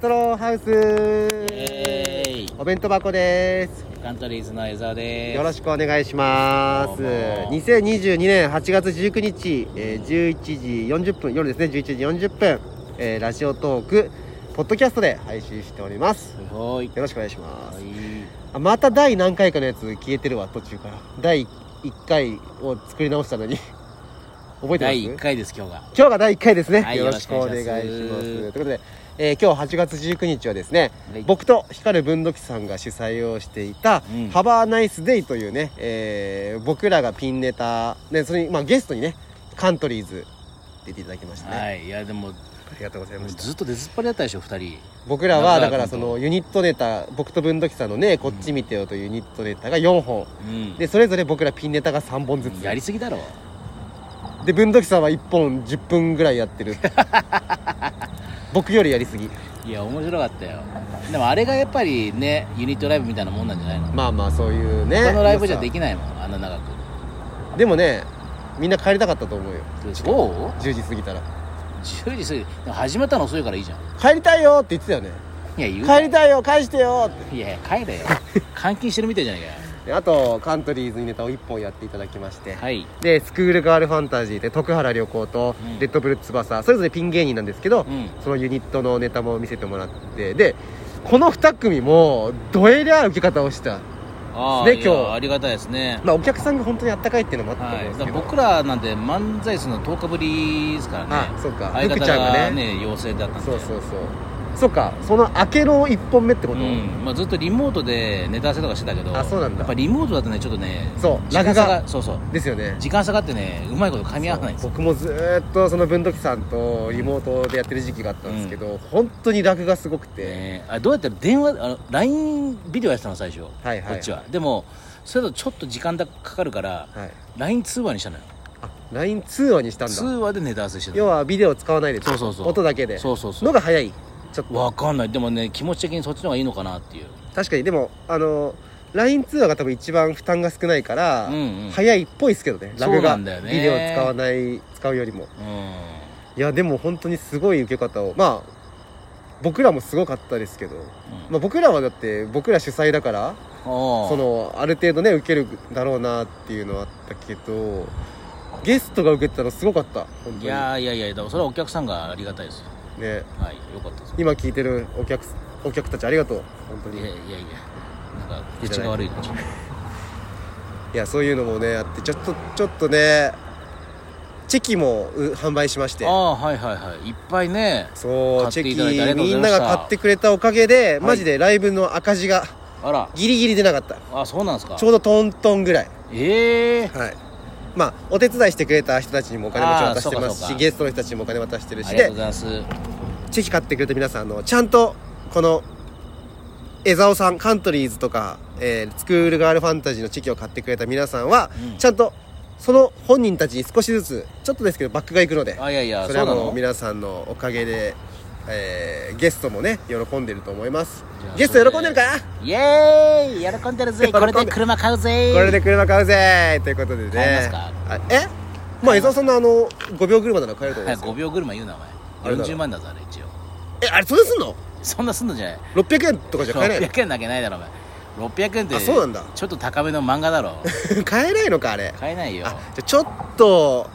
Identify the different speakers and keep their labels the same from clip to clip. Speaker 1: ハウス
Speaker 2: エーイ
Speaker 1: お弁当箱です
Speaker 2: カントリーズの江澤です
Speaker 1: よろしくお願いします
Speaker 2: どうも
Speaker 1: 2022年8月19日、えー11時40分夜ですね11時40分、えーラジオトークポッドキャストで配信しております
Speaker 2: すごい
Speaker 1: よろしくお願いします
Speaker 2: はい
Speaker 1: あまた第何回かのやつ消えてるわ途中から第1回を作り直したのに 覚えてます
Speaker 2: 第1回です今日が
Speaker 1: 今日が第1回ですね、
Speaker 2: はい
Speaker 1: よろしくお願いします
Speaker 2: よろしくお願いします
Speaker 1: ということで、えー今日8月19日はですね、
Speaker 2: はい
Speaker 1: 僕と光文土器さんが主催をしていた「
Speaker 2: うん
Speaker 1: ハバーナイスデイ」というね、えー僕らがピンネタでそれに、まあ、ゲストにねカントリーズ出ていただきましたね、
Speaker 2: はいいやでもも
Speaker 1: ありがとうございうました
Speaker 2: ずっと出ずっぱりだったでしょ2人
Speaker 1: 僕らはだか
Speaker 2: 中川
Speaker 1: ら
Speaker 2: 君
Speaker 1: そ
Speaker 2: と
Speaker 1: のユニットネタ僕と文土器さんのね「こっち見てよ」というユニットネタが4本
Speaker 2: うん
Speaker 1: でそれぞれ僕らピンネタが3本ずつ
Speaker 2: やりすぎだろ
Speaker 1: で文土器さんは1本10分ぐらいやってる僕よりやりすぎ
Speaker 2: いや面白かったよでもあれがやっぱりねユニットライブみたいなもんなんじゃないの
Speaker 1: まあまあそういうね
Speaker 2: 他のライブじゃで
Speaker 1: き
Speaker 2: きないもんあんな長く
Speaker 1: でもねみんな帰りたかったと思うよ
Speaker 2: そう
Speaker 1: 10時過ぎたら
Speaker 2: 10時過ぎでも始まったの遅いからいいじゃん
Speaker 1: 帰りたいよって言ってたよね
Speaker 2: いや言うな
Speaker 1: 帰りたいよ返してよっ
Speaker 2: いやいや帰 れよ監禁してるみたいじゃないかよ
Speaker 1: てあとカントリーズにネタを1本やっていただきまして、
Speaker 2: はい
Speaker 1: でスクールガールファンタジーで徳原旅行と
Speaker 2: うん
Speaker 1: レッドブル翼それぞれピン芸人なんですけど、
Speaker 2: うん
Speaker 1: そのユニットのネタも見せてもらってでこの2組もどえりゃ受け方をした、
Speaker 2: ああ
Speaker 1: で
Speaker 2: いや
Speaker 1: 今日
Speaker 2: ありがたいですね
Speaker 1: まあ、お客さんが本当にあったかいっていうのもあったと
Speaker 2: は
Speaker 1: 思うんで
Speaker 2: い、
Speaker 1: す
Speaker 2: だか
Speaker 1: け
Speaker 2: ら
Speaker 1: ど、
Speaker 2: 僕らなんで漫才その10日ぶりですからね
Speaker 1: あそうか
Speaker 2: 相
Speaker 1: 福
Speaker 2: 方
Speaker 1: ちゃんがね
Speaker 2: がね陽性だったんで
Speaker 1: そうそうそうそうかその明けの1本目ってこと、
Speaker 2: んまあ、ずっとリモートでネタ合わせとかしてたけど
Speaker 1: あそうなんだ
Speaker 2: やっぱリモートだとねちょっとね
Speaker 1: そう
Speaker 2: 時間
Speaker 1: ラグ
Speaker 2: 差
Speaker 1: が
Speaker 2: がそうそう
Speaker 1: ですよね
Speaker 2: 時間差があってねうまいこと噛み合わないんです
Speaker 1: 僕もずーっとその文土器さんとリモートでやってる時期があったんですけど、本当にラグがすごくて、
Speaker 2: ねあれどうやったら電話あの LINE ビデオやってたの最初、
Speaker 1: はいはい
Speaker 2: こっちはでもそれだとちょっと時間だかかるから
Speaker 1: はい、
Speaker 2: LINE 通話にしたのよ
Speaker 1: あ LINE 通話にしたん
Speaker 2: 通
Speaker 1: だ
Speaker 2: 話でネタ合わせしてた
Speaker 1: 要
Speaker 2: の
Speaker 1: はビデオを使わないで
Speaker 2: そうそうそう
Speaker 1: 音だけで
Speaker 2: そうそうそう
Speaker 1: のが早いちょっと
Speaker 2: わかんないでもね気持ち的にそっちの方がいいのかなっていう
Speaker 1: 確かにでもあの LINE 通話が多分一番負担が少ないから、
Speaker 2: うんうん
Speaker 1: 早いっぽいですけどねラグ
Speaker 2: そうな
Speaker 1: が
Speaker 2: んだよね
Speaker 1: ビデオを使わない使うよりも
Speaker 2: うん
Speaker 1: いやでも本当にすごい受け方をまあ僕らもすごかったですけど、まあ、僕らはだって僕ら主催だからそ
Speaker 2: そ
Speaker 1: のある程度ね受けるだろうなっていうのはあったけどゲストが受けてたのすごかった本当に
Speaker 2: いやーいやいやだからそれはお客さんがありがたいですよ
Speaker 1: ね
Speaker 2: はいよかったです
Speaker 1: 今聞いてるお客すお客たちありがとう本当
Speaker 2: い
Speaker 1: に
Speaker 2: やいやいやなんか口が悪いかもしれない
Speaker 1: いやそういうのもねあってちょっとちょっとねチェキもう販売しまして
Speaker 2: ああはいはいはいいっぱいね
Speaker 1: そうチ
Speaker 2: 買
Speaker 1: ェ
Speaker 2: っていただいてあり
Speaker 1: キ
Speaker 2: がとうご
Speaker 1: み
Speaker 2: ざい
Speaker 1: んな
Speaker 2: ました
Speaker 1: が買ってくれたおかげでマジでライブの赤字が
Speaker 2: あら
Speaker 1: ギリギリ出なかった
Speaker 2: あそうなんですか
Speaker 1: ちょうどトントンぐらい
Speaker 2: ええ
Speaker 1: はいまあお手伝いしてくれた人たちにもお金もちろん渡してま
Speaker 2: あーそうか
Speaker 1: す
Speaker 2: そう
Speaker 1: し
Speaker 2: か
Speaker 1: ゲストの人たちにもお金渡してる
Speaker 2: あ
Speaker 1: し
Speaker 2: りがと
Speaker 1: で
Speaker 2: うございます
Speaker 1: チェキ買ってくれた皆さんあのちゃんとこの江澤さんカントリーズとか、えースクールガールファンタジーのチェキを買ってくれた皆さんは、
Speaker 2: うん
Speaker 1: ちゃんとその本人たちに少しずつちょっとですけどバックがいくので
Speaker 2: あいやいや
Speaker 1: そ
Speaker 2: そ
Speaker 1: れは
Speaker 2: うな
Speaker 1: もう
Speaker 2: の
Speaker 1: 皆さんのおかげで、えーゲストもね喜んでると思います
Speaker 2: じゃあ
Speaker 1: ゲスト喜んでるかな
Speaker 2: イエーイ喜んでるぜ
Speaker 1: 喜んで
Speaker 2: これで車買うぜ
Speaker 1: これで車買うぜということでね
Speaker 2: 買えますか
Speaker 1: あえまあ江澤さんのあの5秒車なら買えると思うんですよ
Speaker 2: 5秒車言うなお
Speaker 1: あ
Speaker 2: 前
Speaker 1: れだ
Speaker 2: 40万だぞあれ一応
Speaker 1: えあれそれすんの
Speaker 2: そんなすんのじゃない
Speaker 1: 600円とかじゃ買えない
Speaker 2: 600円なわけないだろお前600円って
Speaker 1: あそうなんだ
Speaker 2: ちょっと高めの漫画 だろ
Speaker 1: の買えないのかあれ
Speaker 2: 買えないよ
Speaker 1: あじゃあちょっと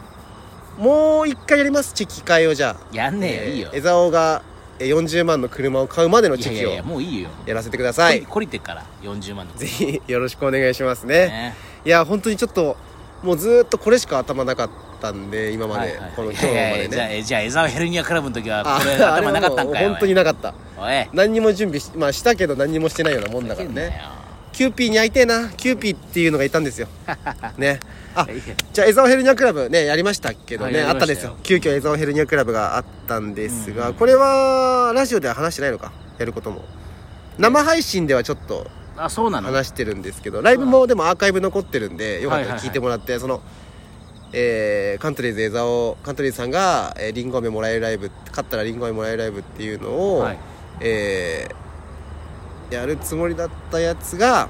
Speaker 1: もう一回やりますチェキ替えをじゃあ
Speaker 2: やんねえよいいよ
Speaker 1: 江澤がえー40万の車を買うまでの
Speaker 2: い
Speaker 1: チ
Speaker 2: や
Speaker 1: ェ
Speaker 2: い
Speaker 1: キ
Speaker 2: や
Speaker 1: を
Speaker 2: いやもういいよ
Speaker 1: やらせてください
Speaker 2: こりこりてっから40万の
Speaker 1: ぜひよろしくお願いしますね
Speaker 2: ね
Speaker 1: いや本当にちょっともうずーっとこれしか頭なかったんで今まで、
Speaker 2: はいはい
Speaker 1: この今日
Speaker 2: い
Speaker 1: ま
Speaker 2: やいや
Speaker 1: で
Speaker 2: じゃあ
Speaker 1: ね
Speaker 2: えじゃあ江沢ヘルニアクラブの時は
Speaker 1: あ
Speaker 2: これ
Speaker 1: あれ
Speaker 2: 頭
Speaker 1: は
Speaker 2: なかったんかい
Speaker 1: もう本当になかった
Speaker 2: おい
Speaker 1: 何にも準備し,、まあ、したけど何にもしてないようなもんだからねキューピーに会いてえなキューピーっていうのがいたん ですよねあじゃあ江沢ヘルニアクラブねやりましたけどね、
Speaker 2: はい
Speaker 1: あ
Speaker 2: やり
Speaker 1: っ
Speaker 2: ま
Speaker 1: たん
Speaker 2: したよ
Speaker 1: ですよ急遽江沢ヘルニアクラブがあったんですが、
Speaker 2: うんうん
Speaker 1: これはラジオでは話してないのかやることも生配信ではちょっと
Speaker 2: あそうなの
Speaker 1: 話してるんですけどライブもでもアーカイブ残ってるんでよかったら聞いてもらって、その、えーカントリーズ江沢をカントリーズさんが、えーリンゴ飴もらえるライブ勝ったらリンゴ飴もらえるライブっていうのを、
Speaker 2: はい
Speaker 1: えーやるつもりだったやつが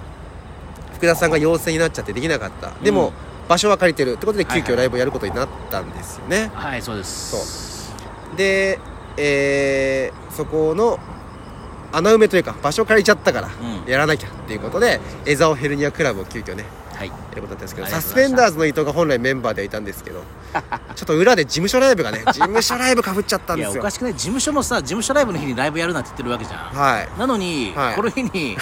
Speaker 1: 福田さんが陽性になっちゃってできなかったでも、
Speaker 2: うん
Speaker 1: 場所は借りてるってことで急
Speaker 2: はいはい
Speaker 1: 遽ライブをやることになったんですよね、
Speaker 2: はいそうです
Speaker 1: で、えーそこの穴埋めというか場所借りちゃったから
Speaker 2: うん
Speaker 1: やらなきゃっていうことで、エザオヘルニアクラブを急遽ね
Speaker 2: はい
Speaker 1: やることだったんですけど
Speaker 2: あり
Speaker 1: サ
Speaker 2: がとう
Speaker 1: ス
Speaker 2: ござ
Speaker 1: ペ
Speaker 2: いました
Speaker 1: ンダーズの伊藤が本来メンバーではいたん ですけどちょっと裏で事務所ライブがね事務所ライブかぶっちゃったん
Speaker 2: い
Speaker 1: で
Speaker 2: やお
Speaker 1: すよ
Speaker 2: かしくない事務所もさ事務所ライブの日にライブやるなって言ってるわけじゃん
Speaker 1: はい
Speaker 2: なのに、
Speaker 1: はい
Speaker 2: この 日に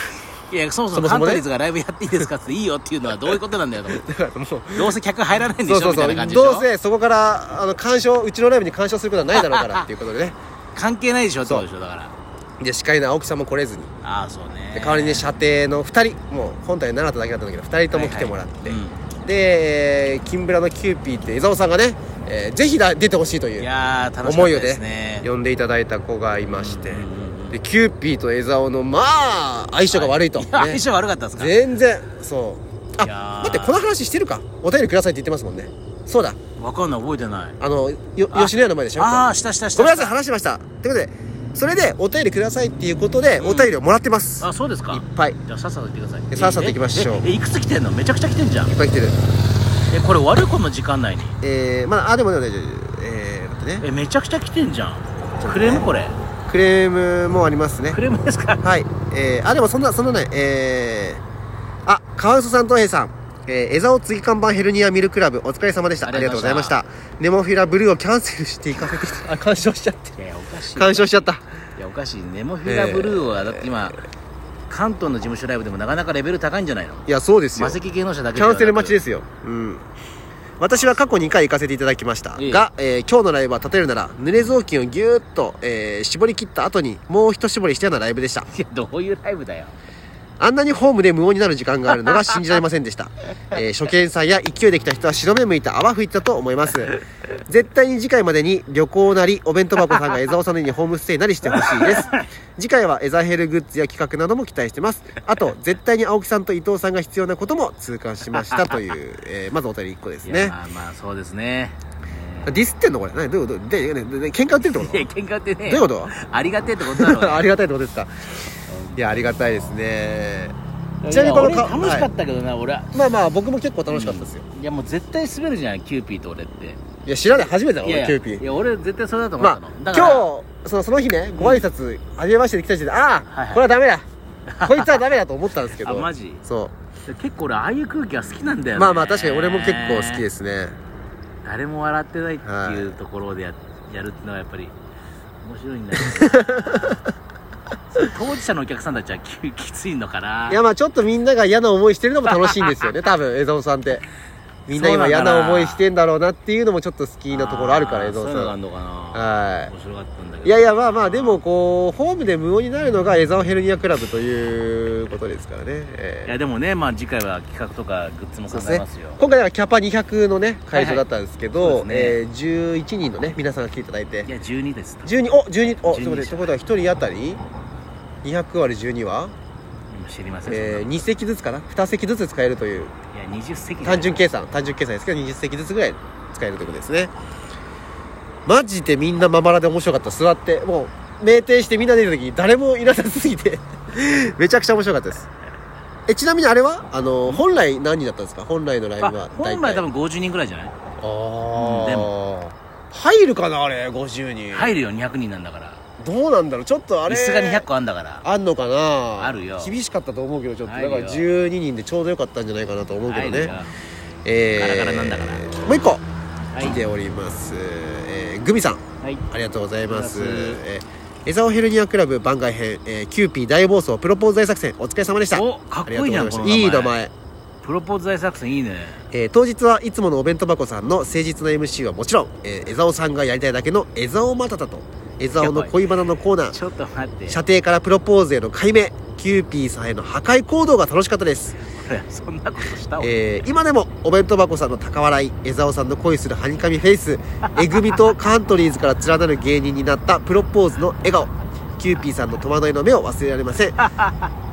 Speaker 2: いやそもそ
Speaker 1: そも
Speaker 2: も
Speaker 1: そ
Speaker 2: カ
Speaker 1: もね
Speaker 2: ントリーズがライブやっていいですかっていいよっていうのはどういうことなんだよと 思って
Speaker 1: だからもう
Speaker 2: どうせ客入らないんでし
Speaker 1: そ
Speaker 2: ょ
Speaker 1: うそうそ
Speaker 2: みたいな
Speaker 1: う
Speaker 2: 感じでしょ
Speaker 1: どうせそこからあの干渉うちのライブに干渉することはないだろうからっていうことでね
Speaker 2: 関係ないでしょってことでしょだから
Speaker 1: で司会の青木さんも来れずに
Speaker 2: ああそうね
Speaker 1: で代わりに射程の2人もう本体7田だけだったんだけど2人とも来てもらって、
Speaker 2: はいは
Speaker 1: で
Speaker 2: い
Speaker 1: えー「キンブラのキューピー」って江沢さんがね、えーぜひだ出てほしいとい
Speaker 2: いうやー楽しか
Speaker 1: 思
Speaker 2: っ
Speaker 1: いを
Speaker 2: たです
Speaker 1: ね
Speaker 2: ね
Speaker 1: 呼んでいただいた子がいまして、
Speaker 2: うんうんうん
Speaker 1: でキューピーと江沢のまあ相性が悪いと、
Speaker 2: や
Speaker 1: ね
Speaker 2: 相性悪かったですか
Speaker 1: 全然そう
Speaker 2: い
Speaker 1: あ
Speaker 2: やー
Speaker 1: 待ってこの話してるかお便りくださいって言ってますもんねそうだ
Speaker 2: わかんない覚えてない
Speaker 1: あのよ
Speaker 2: あ
Speaker 1: 吉野家の前でしょ
Speaker 2: ああしたしたした
Speaker 1: ごめんなさい話しましたということでそれでお便りくださいっていうことで、
Speaker 2: うん
Speaker 1: お便りをもらってますいっ
Speaker 2: あそうですか
Speaker 1: ぱいいっ
Speaker 2: じゃあさっさと行ってくださ
Speaker 1: え
Speaker 2: い
Speaker 1: さっさと行きましょう
Speaker 2: えええいくつ来てんのめちゃくちゃ来てんじゃん
Speaker 1: ぱい来てる
Speaker 2: えこれ終わるこの時間内に
Speaker 1: えー、まだあでもでも大丈夫えー、待ってね
Speaker 2: えめちゃくちゃ来てんじゃ
Speaker 1: ちょっとね
Speaker 2: んクレームこれ
Speaker 1: クレームもありますね
Speaker 2: クレームで すか
Speaker 1: はいえー、あでもそんなそんなないえー、あカワウソさんとヘイさんえー、エザオ次看板ヘルニアミルクラブお疲れ様でしたあ
Speaker 2: あ
Speaker 1: り
Speaker 2: り
Speaker 1: が
Speaker 2: が
Speaker 1: と
Speaker 2: と
Speaker 1: う
Speaker 2: う
Speaker 1: ご
Speaker 2: ご
Speaker 1: ざ
Speaker 2: ざ
Speaker 1: い
Speaker 2: い
Speaker 1: ま
Speaker 2: ま
Speaker 1: し
Speaker 2: したた
Speaker 1: ネモフィラブルーをキャンセルしていかなくてあ干渉しちゃって
Speaker 2: いやおかしい
Speaker 1: 干渉しちゃった
Speaker 2: いやおかしいネモフィラブルーはだって今関東の事務所ライブでもなかなかレベル高いんじゃないの
Speaker 1: いやそうですよ
Speaker 2: マセキ芸能者だけ
Speaker 1: キャンセル待ちですすよ。うん。私は過去2回行かせていただきました
Speaker 2: ええ
Speaker 1: が、えー今日のライブは例えるなら濡れ雑巾をぎゅーっと、えー絞り切った後にもう一絞りしたようなライブでした
Speaker 2: いやどういうライブだよ
Speaker 1: あんなにホームで無音になる時間があるのが信じられませんでした、えー初見さんや勢いで来た人は白目向いた泡吹いたと思います絶対に次回までに旅行なりお弁当箱さんが江沢さんのようにホームステイなりしてほしいです次回はエザヘルグッズや企画なども期待してますあと絶対に青木さんと伊藤さんが必要なことも痛感しましたという、えーまずお便り1個です
Speaker 2: いや
Speaker 1: ね
Speaker 2: まあまあそうですね
Speaker 1: ディスってんのこれ何どういうことでででで喧嘩売ってるってこ
Speaker 2: いや喧嘩って
Speaker 1: ど
Speaker 2: ね
Speaker 1: ういうこと
Speaker 2: ありがてえってことだろう
Speaker 1: と
Speaker 2: ね
Speaker 1: ありがたいってことですかいやありがたいですね
Speaker 2: い
Speaker 1: ちなみ
Speaker 2: や
Speaker 1: にこの
Speaker 2: 俺
Speaker 1: か
Speaker 2: 楽しかったけどな俺は
Speaker 1: まあまあ僕も結構楽しかったですよ、
Speaker 2: いやもう絶対滑るじゃんキューピーと俺って
Speaker 1: いや知らない初めてだ
Speaker 2: い
Speaker 1: 俺
Speaker 2: や
Speaker 1: キュー
Speaker 2: い
Speaker 1: ピ
Speaker 2: やい
Speaker 1: ー
Speaker 2: や俺絶対それだと思った
Speaker 1: ま
Speaker 2: の
Speaker 1: あ今
Speaker 2: だ
Speaker 1: 日
Speaker 2: から
Speaker 1: そのその日ねご挨拶あげましてで来た時点でああ、
Speaker 2: はいはい
Speaker 1: これはダメ だこいつはダメだと思ったんですけど
Speaker 2: あマジ
Speaker 1: そ
Speaker 2: 結構俺ああいう空気が好きなんだ
Speaker 1: う
Speaker 2: よね
Speaker 1: まあまあ確かに俺も結構好きですすね
Speaker 2: 誰も笑ってないってい
Speaker 1: は
Speaker 2: う
Speaker 1: い
Speaker 2: ところでややるっていうのはやっぱり面白いんだよ 当事者のお客さんたちはききついのかない
Speaker 1: やまあちょっとみんなが嫌な思いしてるのも楽しいんですよね多 分江蔵さんってみんな今
Speaker 2: そう
Speaker 1: 嫌
Speaker 2: なんだな
Speaker 1: な思いしてんだろうなっていうのもちょっと好きなところあるから
Speaker 2: あ
Speaker 1: 江
Speaker 2: ーそう
Speaker 1: 蔵
Speaker 2: い
Speaker 1: さ
Speaker 2: うのがあ
Speaker 1: ん
Speaker 2: んのかな
Speaker 1: は
Speaker 2: 面白かったんだけ
Speaker 1: い
Speaker 2: ど
Speaker 1: いやいやまあまあでもこうホームで無音になるのが江沢ヘルニアクラブということですからね、え
Speaker 2: い
Speaker 1: ー
Speaker 2: やでもねまあ次回は企画とかグッズも
Speaker 1: そ
Speaker 2: 考
Speaker 1: うです
Speaker 2: え
Speaker 1: ね
Speaker 2: ますよ
Speaker 1: 今回はキャパ200のね会場だったんですけど、
Speaker 2: はいはいそうで
Speaker 1: えー11人のね皆さんが来ていただいて
Speaker 2: いや12です
Speaker 1: 12お12おそういうことで
Speaker 2: 12
Speaker 1: ということは1人当たり200割る12は、
Speaker 2: 今知りません、
Speaker 1: え
Speaker 2: そん
Speaker 1: 2席ずつかな2席ずつ使えるという
Speaker 2: なのいや20席
Speaker 1: 単純計算単純計算ですけど20席ずつぐらい使えるということですねマジでみんなまばらで面白かった座ってもう酩酊してみんな出た時誰もいなさすぎて めちゃくちゃ面白かったですえちなみにあれはあの本来何人だったんですか本来のライブは
Speaker 2: あ本来
Speaker 1: 大体
Speaker 2: 多分50人ぐらいじゃない
Speaker 1: ああ、
Speaker 2: うんで
Speaker 1: 入るかなあれ50人
Speaker 2: 入るよ200人なんだから
Speaker 1: どうなんだろうちょっとあ
Speaker 2: 椅
Speaker 1: れ
Speaker 2: 子が200個あんだから
Speaker 1: あんのかな
Speaker 2: あるよ
Speaker 1: 厳しかったと思うけどちょっと
Speaker 2: あ
Speaker 1: だ
Speaker 2: る
Speaker 1: か
Speaker 2: よ
Speaker 1: ら12人でちょうどよかったんじゃないかなと思うけど
Speaker 2: 入るよ
Speaker 1: ねえ
Speaker 2: ガラガラなんだから
Speaker 1: もう一個
Speaker 2: はい
Speaker 1: 来ております、えーグミさん
Speaker 2: はい
Speaker 1: ありがとうございます
Speaker 2: ありがとうございま
Speaker 1: えーエザオヘルニアクラブ番外編、えーキューピー大暴走プロポーズ大作戦お疲れ様でした
Speaker 2: おかっこいいじゃん
Speaker 1: ありがとうござま
Speaker 2: この
Speaker 1: した
Speaker 2: 名前
Speaker 1: いい名前
Speaker 2: プロポーズ大作戦いいね
Speaker 1: えー当日はいつものお弁当箱さんの誠実な MC はもちろん、えー江沢さんがやりたいだけの江沢またたと江沢の恋バナのコーナー
Speaker 2: ちょっと待って
Speaker 1: 射程からプロポーズへの解明キューピーさんへの破壊行動が楽しかったです、
Speaker 2: 俺そんなことしたわ、
Speaker 1: えー今でもお弁当箱さんの高笑い江沢さんの恋するはにかみフェイ スえぐみとカントリーズから連なる芸人になったプロポーズの笑顔キューピーさんの戸惑いの目を忘れられま せん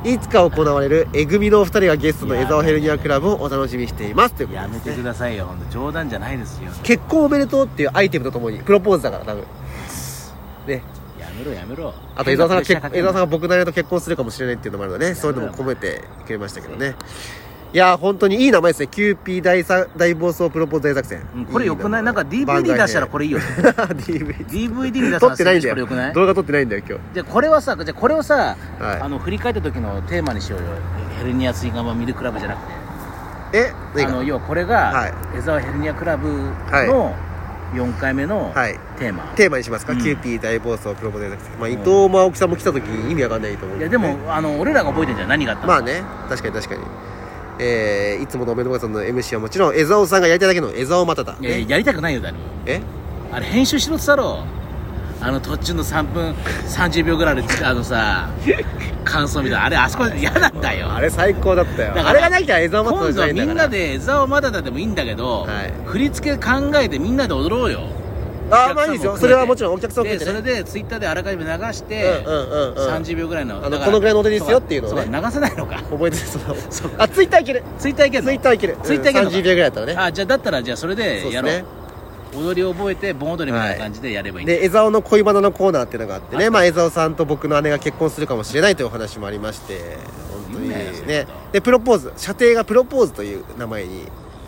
Speaker 1: いつか行われるえぐみのお二人がゲストの江沢ヘルニアクラブをお楽しみにしていますということ
Speaker 2: や
Speaker 1: です
Speaker 2: め
Speaker 1: ね
Speaker 2: てくださいよ本当冗談じゃないですよ
Speaker 1: 結婚おめでとうっていうアイテムとともにプロポーズだから多分ね
Speaker 2: やめろやめろ
Speaker 1: あと江沢さんが結
Speaker 2: 変なプレッシャーかけ
Speaker 1: 江
Speaker 2: る
Speaker 1: 沢
Speaker 2: な
Speaker 1: さんが僕なりと結婚するかもしれないっていうのもあるのでねそういうのも
Speaker 2: や
Speaker 1: 込めてくれましたけどねいやー本当にいい名前ですねキューピー大さ大暴走プロポーズ大作戦、
Speaker 2: うんこれよくないなんか DVD
Speaker 1: 番外編
Speaker 2: 出したらこれ いいよね
Speaker 1: DVD
Speaker 2: DVD に出した
Speaker 1: 撮
Speaker 2: ら
Speaker 1: ってないんだ
Speaker 2: これよくない
Speaker 1: よ動画撮ってないんだよ今日
Speaker 2: じゃあこれはさじゃあこれをさ、
Speaker 1: はい
Speaker 2: あの振り返った時のテーマにしようよヘルニア水がまミルクラブじゃなくて
Speaker 1: え何
Speaker 2: あの
Speaker 1: か
Speaker 2: 要はこれ
Speaker 1: はい
Speaker 2: が江沢ヘルニアクラブの4回目の
Speaker 1: はい
Speaker 2: テーマ、
Speaker 1: テーマにしますか、
Speaker 2: うん
Speaker 1: キューピー大暴走プロポーズ大作戦、まあ、
Speaker 2: うん
Speaker 1: 伊藤真央さんも来た時に意味わかんないと思う
Speaker 2: い、
Speaker 1: ん
Speaker 2: やでも、
Speaker 1: ね
Speaker 2: あの俺らが覚えてるじゃん何があったの
Speaker 1: まあね確かに確かにえー、いつものおめでとうさんの MC はもちろん江沢さんがやりたいだけの江沢まただ、
Speaker 2: いや
Speaker 1: ね、
Speaker 2: やりたくないよ誰も
Speaker 1: え
Speaker 2: あれ編集しろってたろあの途中の3分30秒ぐらいのあ のさ感想みたいなあれあそこ嫌なんだよ
Speaker 1: あれ最高だったよ
Speaker 2: だから
Speaker 1: あれがなきゃ江沢まただ
Speaker 2: 今
Speaker 1: じ
Speaker 2: 度
Speaker 1: ゃないん
Speaker 2: はみ
Speaker 1: だか
Speaker 2: ん
Speaker 1: ら
Speaker 2: なで「ザをまだだ」でもいいんだけど、
Speaker 1: はい
Speaker 2: 振り付け考えてみんなで踊ろうよ
Speaker 1: あーまあいいですよそれはもちろんお客さんを
Speaker 2: で
Speaker 1: 含
Speaker 2: そ
Speaker 1: め
Speaker 2: れ
Speaker 1: てね
Speaker 2: でツイッターであらかじめ流して、
Speaker 1: うんうんうんうん
Speaker 2: 30秒ぐらいの
Speaker 1: あの
Speaker 2: だから
Speaker 1: このぐらいのお手ですよっていうのをね
Speaker 2: そか流せないのか
Speaker 1: 覚えてるその
Speaker 2: そう
Speaker 1: あツイッターいける
Speaker 2: ツイッターいけんの
Speaker 1: ツイッターいける
Speaker 2: ツイッターいけんの
Speaker 1: うん30秒ぐらいだったらね
Speaker 2: あじゃあだったらじゃあそれ
Speaker 1: そう
Speaker 2: で
Speaker 1: っすね
Speaker 2: やろう踊りを覚えて盆踊りみたいな感じでやればいい、
Speaker 1: で江沢の恋バナのコーナーっていうのがあって
Speaker 2: あっ
Speaker 1: ね、
Speaker 2: た
Speaker 1: まあ、江沢さんと僕の姉が結婚するかもしれないというお話もありまして本当に
Speaker 2: いいねそれ
Speaker 1: ねでプロポーズ射程がプロポーズという名前に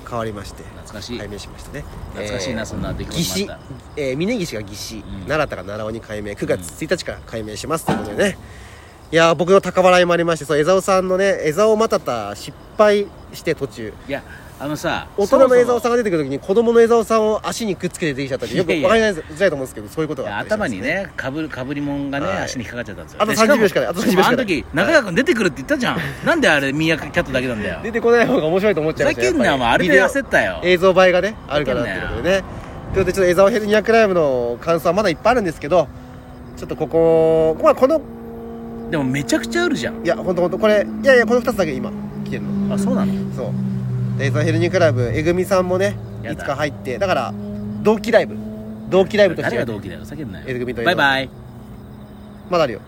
Speaker 1: 変わりまして
Speaker 2: 懐かしい、
Speaker 1: 改名しましたね
Speaker 2: 懐かしいな、そんな出来
Speaker 1: 義
Speaker 2: 事
Speaker 1: 士
Speaker 2: があった、
Speaker 1: えー峰岸が義士、
Speaker 2: ん
Speaker 1: 奈良田が奈良尾に改名9月1日から改名しますということでね、いやー僕の高笑いもありましてそう江沢さんのね江沢またた失敗して途中
Speaker 2: いやあのさ
Speaker 1: 大人の江沢さ
Speaker 2: ん
Speaker 1: んが出てくるときに子供の江沢さんを足にくっつけて出てきちゃったりよく
Speaker 2: いやい
Speaker 1: 分
Speaker 2: や
Speaker 1: かりづらいと思うんですけどそういうことがあったりしま
Speaker 2: 頭
Speaker 1: す
Speaker 2: にねかぶるかぶりもんがね、
Speaker 1: はい
Speaker 2: 足に引っかかっちゃったんですよ
Speaker 1: あと
Speaker 2: で
Speaker 1: 30秒しかないあと30秒しかない
Speaker 2: もあの時中川君出てくるって言ったじゃん、なんであれミーアキャットだけなんだよ
Speaker 1: 出てこない方が面白いと思っち
Speaker 2: ふ
Speaker 1: ゃいま
Speaker 2: ざ
Speaker 1: した
Speaker 2: けんなお前あれで焦ったよ
Speaker 1: 映像映えがねあるからっていうことでねということでちょっと江沢ヘルニアクライブの感想はまだいっぱいあるんですけどちょっとここまあこの
Speaker 2: でもめちゃくちゃあるじゃん
Speaker 1: いや本当本当これいやいやこの2つだけ今来てるの
Speaker 2: あそうなの
Speaker 1: そうで江沢ヘルニアクライブえぐみさんもね
Speaker 2: や
Speaker 1: い
Speaker 2: だ
Speaker 1: つか入ってだから同期ライブ同期ライブとし
Speaker 2: 誰
Speaker 1: て
Speaker 2: が同期だよふざけんな
Speaker 1: 江戸
Speaker 2: よ
Speaker 1: 組と江戸
Speaker 2: バイバイ
Speaker 1: まだあるよ